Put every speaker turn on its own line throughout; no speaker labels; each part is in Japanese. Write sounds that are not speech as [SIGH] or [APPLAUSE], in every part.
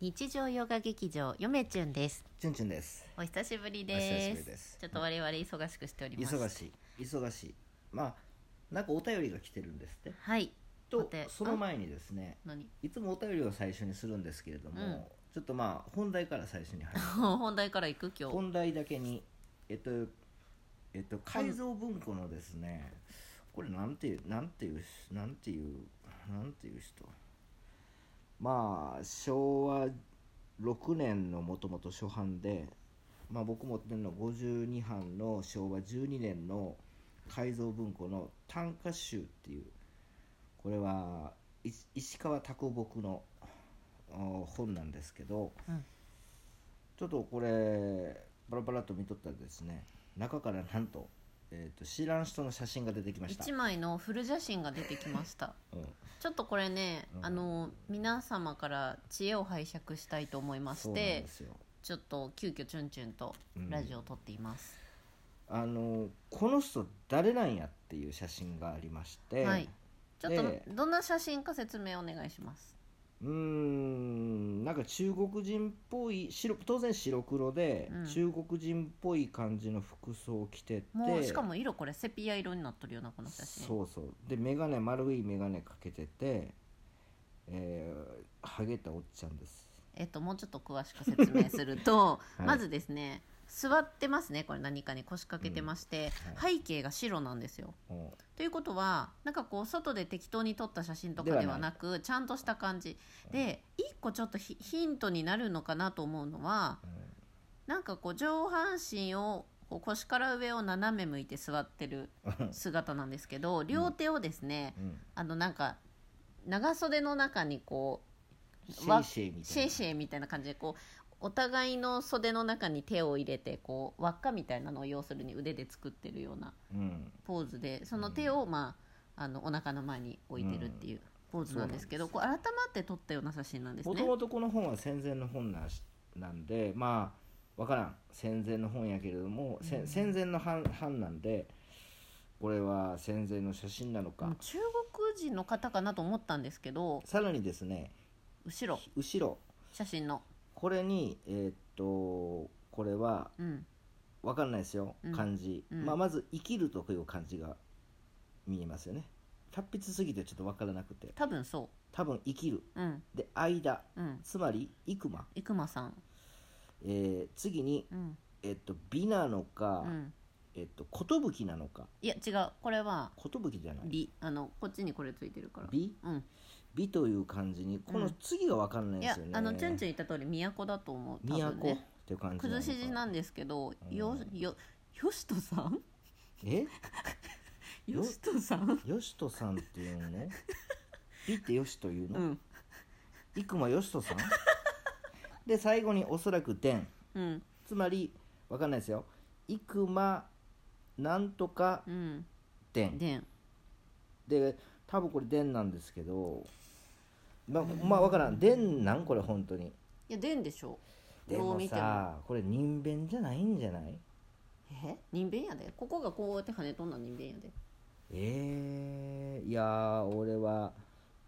日常ヨガ劇場よめちゅんです
ちゅんちゅんです
お久しぶり
お久
で
し
す
ぶりです
ちょっと我々忙しくしております
忙しい忙しいまあなんかお便りが来てるんですって
はいお
と
手
その前にですね
あ何
いつもお便りを最初にするんですけれども、
うん
ちょっとまあ本題から最初に入る
本題から行く今日
本題だけにえっとえっと改造文庫のですねこれなんていうなんていうなんていうなんていう人まあ昭和6年のもともと初版で、まあ、僕持ってるの52版の昭和12年の改造文庫の「短歌集」っていうこれはい石川啄木のお本なんですけど、
うん
ちょっとこれバラバラっと見とったらですね中からなんと,、えー、と知らん人の写真が出てきました
一、枚のフル写真が出てきました
うん
ちょっとこれね、
うん
あの皆様から知恵を拝借したいと思いまし
そうなん
て
ですよ
ちょっと急遽チュンチュンとラジオを撮っています、
あのこの人誰なんやっていう写真がありまして、
はいちょっ
で
とどんな写真か説明お願いします
うーんなんか中国人っぽい白当然白黒で、
うん
中国人っぽい感じの服装を着てて
もうしかも色これセピア色になっとるようなこの写真
そうそうで眼鏡丸い眼鏡かけててえーハゲたおっちゃんです
えっと、もうちょっと詳しく説明すると、
はい
まずですね座ってますねこれ何かに腰掛けてまして、
うんは
背景が白なんですよ。
うん
ということはなんかこう外で適当に撮った写真とかではなくちゃんとした感じで一個ちょっとヒヒントになるのかなと思うのはなんかこう上半身をこう腰から上を斜め向いて座ってる
うん
姿なんですけど両手をですねあのなんか長袖の中にこう
シェイシェイみた
シェ
いな
イシェイみたいな感じでこうお互いの袖の中に手を入れてこう輪っかみたいなのを要するに腕で作ってるような
うん
ポーズでその手を、まあ、あのお腹の前に置いてるっていうポーズなんですけど、
そう
こう改まって撮ったような写真なんです
もと
ね
も。とこの本は戦前の本なんしなんでまあわからん戦前の本やけれども、せん戦前の版版なんでこれは戦前の写真なのか、
うん中国人の方かなと思ったんですけど
さらにですね
後ろ
後ろ
写真の、
これにえーっとこれは
うん、
わかんないですよ、
うん
漢字、
うん
まあ、まず「生きる」という漢字が見えますよね達筆すぎてちょっとわからなくて
多分そ
多分「生きる
う、うん」
で「間
うん」、
つまり「いくま
生駒さん、」
えー次に
うん
「えっと美」なのか
う、ん、
えっと寿なのか
いや違うこれは
寿じゃない
りあのこっちにこれついてるから。
美
うん
美という漢字にこの次がわかんない
い
で
や
すよね、
あのチュンチュン言った通り都だと思う多分
都っ
ね
ていう感じ
崩し字なん
で
ですけど、
うん
よよよしとさん
え
よしとさん
よしとさんっていうのね美ってよしという
う
の、
ん
いくまよしとさん [LAUGHS] で最後におそらく「伝」
うん
つまりわかんないですよいくまなんとか
うん
伝
でん
で多分これ伝なんですけどままあわからん伝なんこれ本当に
いやでんでしょ
で
どう
も
見ても
さこれ人弁じゃないんじゃない
え人弁やでここがこうやって跳ね飛んだ人弁やで
えー、いやー俺は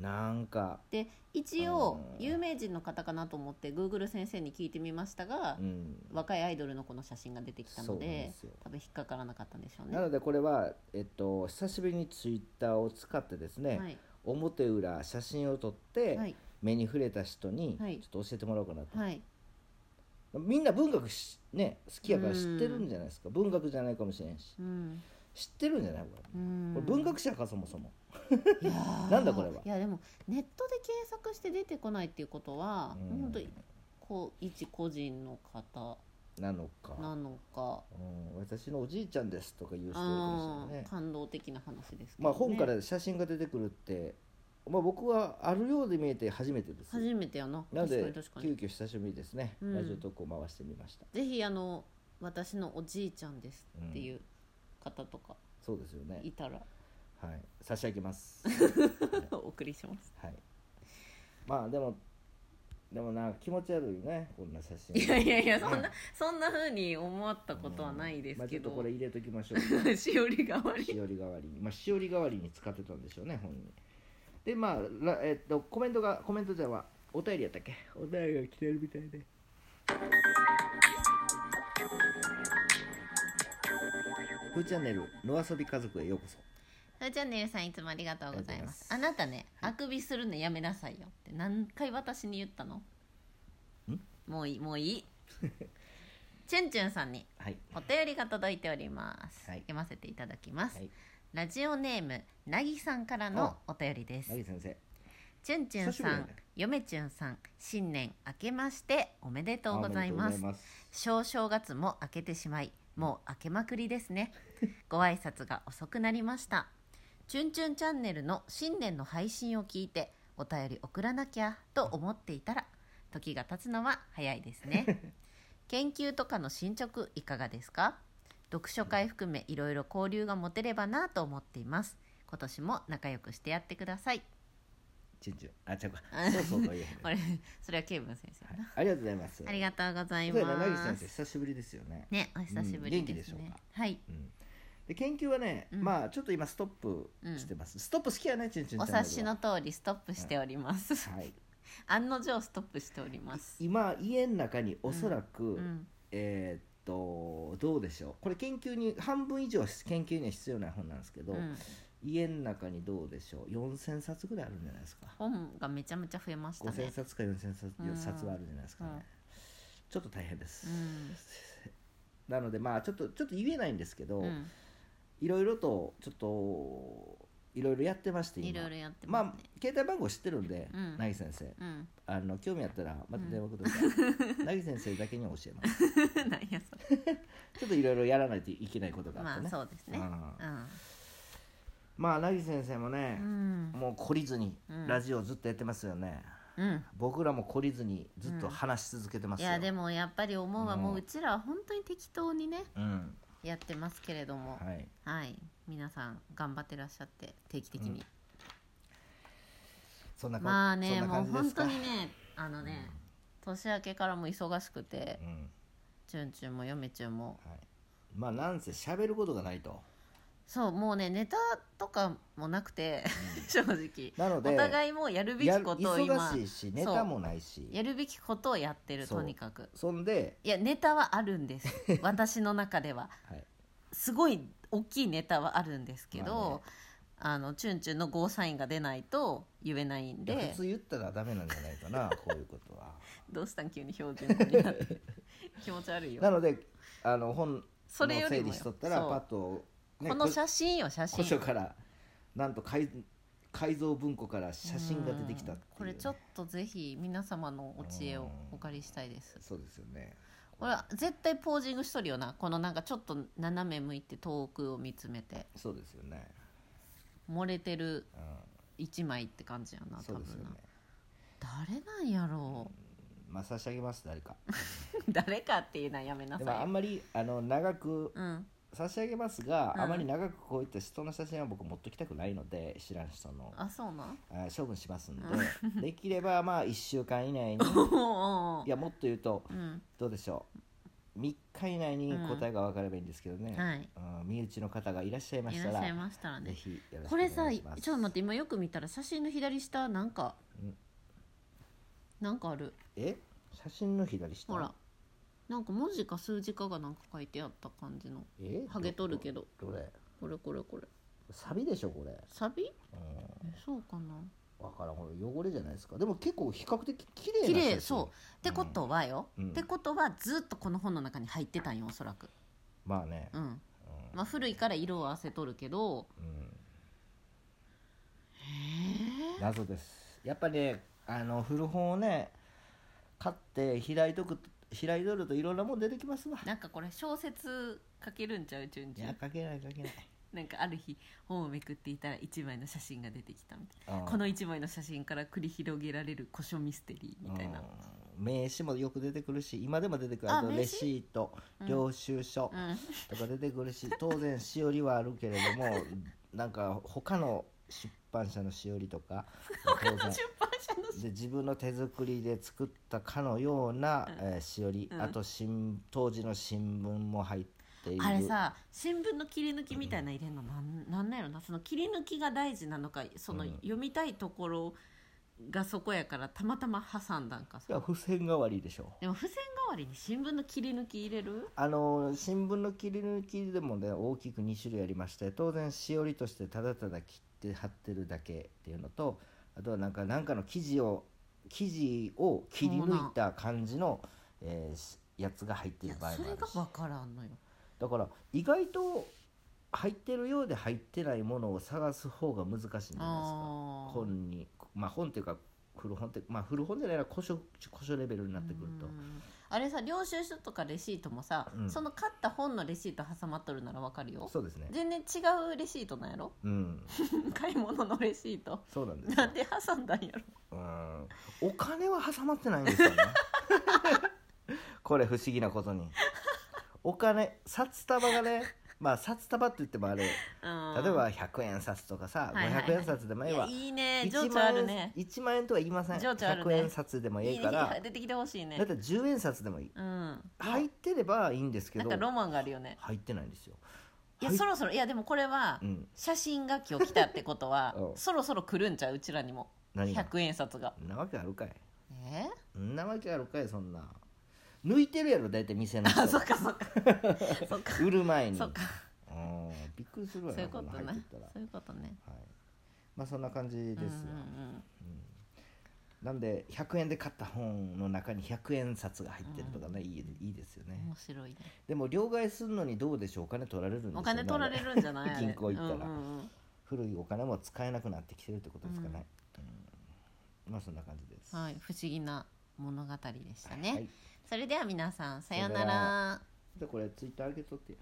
なんか
で一応
うん
有名人の方かなと思ってグーグル先生に聞いてみましたが、
うん
若いアイドルの子の写真が出てきたの
そうな
で
んですよ
多分引っかからなかったんでしょうね
なのでこれは、えっと、久しぶりにツイッターを使ってですね、
はい
表裏写真を撮って、
はい
目に触れた人に
はい
ちょっと教えてもらおうかなと
はい
みんな文学し、ね、好きやから知ってるんじゃないですか文学じゃないかもしれんし
うん
知ってるんじゃないこれ
うん
これ文学者かそもそも
いやー
なんだこれはい
やでもネットで検索して出てこないっていうことは、
うん
本当にこう一個人の方
なのか、
なのか、
うん、私のおじいちゃんですとか言う人いるか
あ
も
ー
しれないね
感動的な話ですけど、ね
まあ本から写真が出てくるって、まあ、僕はあるようで見えて初めてです
初めてやな
な
確
の
か
で
に確か
急
に
遽久しぶりですね、
うん
ラジオトークを回してみました
ぜひあの私のおじいちゃんですっていう方とか
そうですよね
いたら、
はい差し上げます
[LAUGHS] お送りします
はいまあでもでもなんか気持ち悪いねこんな写真
いやいやいや
ね
そんな、そんな風に思ったことはないですけど、
うんまあ、ちょっとこれ入れときましょ
[LAUGHS]
う
しおりが悪い
しおり代わりにまあしおり代わりに使ってたんでしょうね本にでまあらえっとコメントがコメントじゃはお便りやったっけお便りが来てるみたいで「ふーチャンネル野遊び家族へようこそ
ふーチャンネルさんいつもありがとうございますあ
あり
なたねあくびするのやめなさいよって何回私に言ったのもういいもうい
[LAUGHS]
いチュンチュンさんに」
はい
お便りが届いております、
はい
読ませていただきます、
はい
ラジオネームなぎさんからのお便りです
なぎ先生
チュンチュン
久しぶり
さ
だ
ん
ね
嫁チュンさん新年明けましておめでとうございます
あおめでとうございます
小正月も明けてしまいもう明けまくりですね [LAUGHS] ご挨拶が遅くなりましたチュンチュンチャンネルの新年の配信を聞いてお便り送らなきゃと思っていたら時が経つのは早いですね
[LAUGHS]
研究とかの進捗いかがですか読書会含めいろいろ交流が持てればなと思っています今年も仲良くしてやってください
ちんちんあちゃうかそうそうと言えへん [LAUGHS]
これそれはケイブン先生
は
や
い
な、
ありがとうございます
ありがとうござい
そうやななぎ
ま
先生
す
久しぶりですよね
ねお久しぶり
うん元気
で
ですしょう
ね、
か
はい
うんで研究はね、
うん
まあちょっと今ストップしてます、ストップ好きやねちんちんちゃ
お
んは
察しの通りストップしております、
はい、
[LAUGHS] 案の定ストップしております
今家の中におそらく、
うん
えーっとどうでしょうこれ研究に半分以上研究には必要ない本なんですけど、
うん
家の中にどうでしょう4000冊ぐらいあるんじゃないですか、
本がめちゃめちゃ増えました
5000
ね
冊か4000冊
うん
冊はあるんじゃないですかね、
うん
ちょっと大変です、
うん
なのでまあちょっとちょっと言えないんですけど、
うん
いろいろとちょっといろいろやってまして今
いろいろやって
ま
ます
あ
ね、
携帯番号知ってるんで、
うん
なぎ先生
うん、 [LAUGHS]
あの興味あったらまた電話ください、なぎ先生だけには教えます
なんやそれ
ちょっといろいろやらないといけないことがあ
ま
ってね、
[LAUGHS] あそうですね
まあなぎ先生もね
う、ん
もう懲りずに
うん
ラジオずっとやってますよね、
うん、うん
僕らも懲りずにずっと話し続けてま
い
すよ、うん、
やでもやっぱり思うはもううちらは本当に適当にねやってますけれどもはい、
はい
皆さん頑張ってらっしゃって定期的に、
そんなか
まあ
そ
ね
んな
もう
感じで
本
すか
当にねあのね、年明けからも忙しくて
うん、
チュンチュンも嫁チュンも
はい、まあなんせ喋ることがないと
そうもうねネタとかもなくて、 [LAUGHS] 正
なので
直お互いもうやるべ
や
き
る
ことを今
忙しいしネタもないし
やるべきことをやってる
そう
とにかく
そんで、
いやネタはあるんです
[LAUGHS]
私の中では
はい、
すごい大きいネタはあるんですけ
ま
ど、あのチュンチュンのゴーサインが出ないと言えないんで
普通言ったらダメなんじゃない
[LAUGHS]
かなこういうことは
どうしたん急に標準語になって
[LAUGHS]
気持ち悪いよ
なのであの本
それ
の
よ
整
りも
理
よ
しとったら
そう
パッと、ね、
この
こ
写真よ写真
古書からなんと改改造文庫から写真が出てきたっていうね、
うんこれちょっとぜひ皆様のお知恵
う
を
ん
お借りしたいです
そうですよね
俺は絶対ポージングしとるよなこのなんかちょっと斜め向いて遠くを見つめて
そうですよね、
漏れてる
う、
一枚って感じやなん多
そう
分
ですよ
な、
ね
誰なんやろ
まあ差し上げます誰か
う誰かっていうのはやめな
でも
さ
あ
い
んまりあの長く
うん
差し上げますが、
うん
あまり長くこういった人の写真は僕持っときたくないので知らん人の
あそうなん
あ処分しますんで、できればまあ1週間以内に
[LAUGHS] おうおう
いやもっと言うと
うん
どうでしょう3日以内に答えが分かればいいんですけどね、
うんはい
うん身内の方がいらっしゃいま
い
し
ら
た
っし
ら
ゃいましたら
ぜ
ね
ひよろしく
こ
お願
れ
いし
さ
ま
ち
す
ょっと待って今よく見たら写真の左下なんか、
うん
なんかある
え写真の左下
ほらなんか文字か数字かがなんか書いてあった感じの
え
ハゲとるけど
どれ
これこれこれ
サビでしょこれ、
サビ
うん
そうかな
わからんこれ汚れじゃないですかでも結構比較的綺麗な
綺
写真
麗そうってことはよ、
うん
ってことはずっとこの本の中に入ってたんよおそらく
まあね、
うんまあ古いから色を合わせとるけど
うん謎ですやっぱねあの古本をね買って開いとく開いとるといろんなもん出てきますわ
なんかこれ小説書けるんちゃうちゅん
い
ちゅ
や
ん
書けない書けない
なんかある日本をめくっていたら一枚の写真が出てきたみたい
うん
なこの一枚の写真から繰り広げられる古書ミステリーみたいな
うん名刺もよく出てくるし今でも出てくる
あ
あと
名刺
レシート領収書
[LAUGHS] うん
とか出てく
[LAUGHS]
るし、当然しおりはあるけれどもなんか他の出版社のしおりとか当然
出版社の
で自分の手作りで作ったかのような、えーしおり、
うん
あと新当時の新聞も入っている
あれさ新聞の切り抜きみたいなの入れんのなんなんなんやろなその切り抜きが大事なのかその
うん
読みたいところがそこやからたまたま挟んだんか
いや付箋代わりでしょ
でも付箋代わりに新聞の切り抜き入れる
あの新聞の切り抜きでもね大きく2種類ありまして当然しおりとしてただただ切って貼ってるだけっていうのとあとはなんかなんかの記事を記事を切り抜いた感じの、えーしやつが入って
い
いる
や
場合も
それ
ある
が
し
分からんのよ
だから意外と入ってるようで入ってないものを探す方が難しいんじゃないですか
あー
本にまあ本っていうか古本ってまあ古本じゃないな古書古書レベルになってくると
うんあれさ領収書とかレシートもさ、
うん
その買った本のレシート挟まっとるならわかるよ
そうですね
全然違うレシートなんやろ [LAUGHS]
うん
買い物のレシート
そうなんですよ
なんで挟んだんやろ
うんお金は挟まってないんですよね [LAUGHS] これ不思議なことにお金札束がねまあ札束って言ってもあれ例えば100円札とかさ、
はいはいはい
500円札でも
い
ええ
や
わ
いいね情
1
緒あ
万
る
円,、
ね
1万円とは言いません、
情緒ある
100
ね
円札でもええか
いい
ら
ね出てきてほしいね
だって10円札でもいい
うん
入ってればいいんですけ
なん
ど
かロマンがあるよね
入ってないんですよ
いや
入っ
そろそろいやでもこれは
うん
写真が今日来たってことは
[LAUGHS] うん
そろそろ来るんちゃううちらにも
何が
100円札が
んなわけあるかい
え
んなわけあるかいそんな抜いてるやろ大体店
ー、
の
[LAUGHS] あそ
人が
っかそっ
[LAUGHS]
かそっか
売る前に
そっか
うんびっくりするわ
そう
よ
いうこ
んな
と
の入っ
ね
てったら
そういうことね
はいまあそんな感じです
う
よ、
んうんうん
なんで100円で買った本の中に100円札が入ってるとかね、いいいいですよね、
面白いね
でも両替するのにどうでしょうお金取られるんですよね
お金取られるんじゃないあれ
[LAUGHS] 銀行行ったら
うんうんうん
古いお金も使えなくなってきてるってことですかね、うんまあそんな感じです、
はい不思議な物語でした
は
ね
い
それでは皆さんさような
さような
ら
でこれツイッター上げとってや